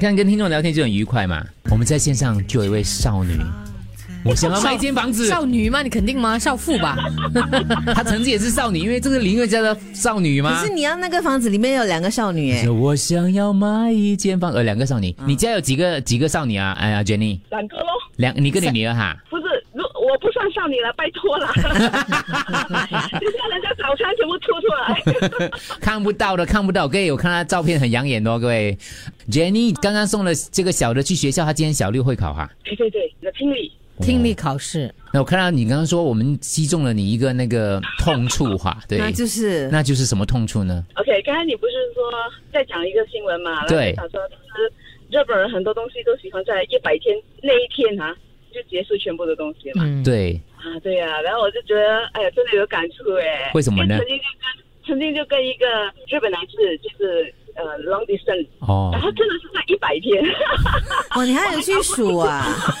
看跟听众聊天就很愉快嘛。我们在线上就有一位少女，我想要买一间房子，少女吗？你肯定吗？少妇吧？她曾经也是少女，因为这个林宥嘉的少女 可嘛是。你要那个房子里面有两个少女哎，我想要买一间房，呃，两个少女，嗯你家有几个几个少女啊？哎呀，Jenny，两个咯，两你跟你女儿哈，不是，如我不算少女了，拜 托啦，就像人家早餐全部吐出来。看不到的看不到，各位有看她照片很养眼的哦，各位。Jenny 刚刚送了这个小的去学校，她今天小六会考哈。对对对，你的听力听力考试，那我看到你刚刚说我们击中了你一个那个痛处哈，对，那就是那就是什么痛处呢？ ，OK，刚才你不是说在讲一个新闻嘛？对他说就是日本人很多东西都喜欢在一百天那一天啊就结束全部的东西嘛。嗯，对，啊，对呀、然后我就觉得，哎呀，真的有感触哎。为什么呢因曾经就跟曾经就跟一个日本男子，就是呃 long distance，哦然，后真的是在一百天，哦，你还有去数啊？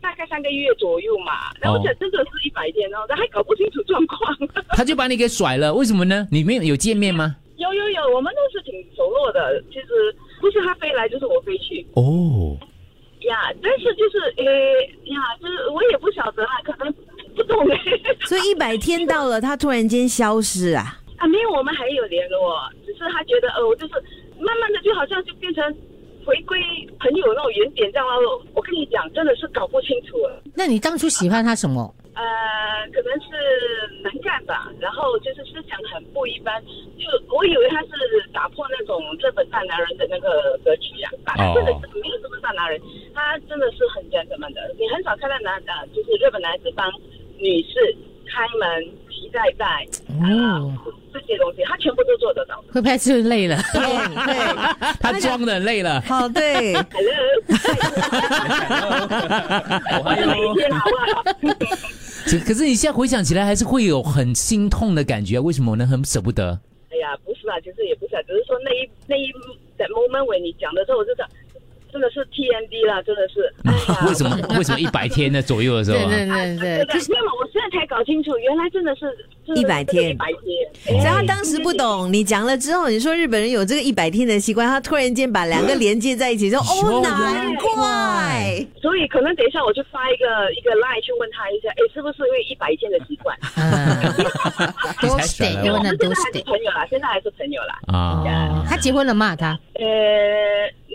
大概三个月左右嘛。然后哦这真的是一百天哦，然后还搞不清楚状况。 他就把你给甩了，为什么呢？你们有有见面吗？有有有，我们都是挺熟络的，其实不是他飞来就是我飞去哦，呀。但是就是诶呀，就是我也不晓得啊，可能不懂哎。所以一百天到了，他突然间消失啊？ 啊，没有，我们还有联络，只是他觉得呃，我就是慢慢的就好像就变成回归朋友那种原点这样了。我跟你讲，真的是搞不清楚了。那你当初喜欢他什么？呃，可能是能干吧，然后就是思想很不一般，就我以为他是打破那种日本大男人的那个格局呀、啊，哦他真的是没有这么大男人，他真的是很 gentleman 的，你很少看到男呃，就是日本男子帮女士开门、提袋带，啊哦，这些东西，他全部都做得到。 会不会是累了？对对， 他装的累了。好对，我还有天好了，可可是你现在回想起来，还是会有很心痛的感觉，啊为什么呢？很舍不得。哎呀，不是啊，其实也不是啊，只是说那一那一 that moment 为你讲的时候，我就想，真的是 TND 啦，真的是，哎 呀，啊嗯为什么？为什么一百天的左右的时候对啊？对对对，对，因为我现在才搞清楚，原来真的是100天一百天，哎只要他当时不懂，你讲了之后，你说日本人有这个一百天的习惯，他突然间把两个连接在一起，说哦难怪，所以可能等一下我就发一个一个 line 去问他一下，哎，是不是因为一百天的习 惯？你才甩了我都是得，因为那都是我们现在还是得。朋友啦，现在还是朋友啦。啊，嗯他结婚了吗？他呃，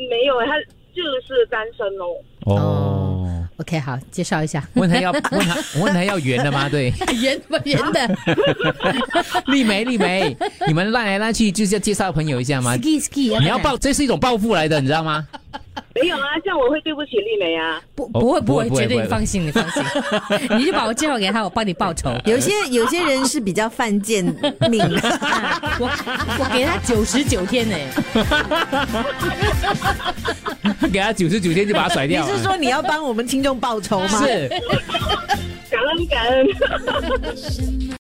没有，他就是单身哦。哦， OK，好，介绍一下，问他要问他问他要圆的吗？对， 圆不圆 的 丽梅丽梅，你们拉来拉去就是要介绍朋友一下吗？ ？ski ski，你要报，这是一种报复来的，你知道吗？没有啊，这样我会对不起丽梅啊。不哦不会不不会会，不会绝对不会你放心，你放心， 你就把我介绍给他，我帮你报仇。有些有些人是比较犯贱命。 啊我我给他九十九天呢、给他九十九天就把他甩你掉了。是说你啊要帮我们听众报仇吗？是感恩感恩。什么？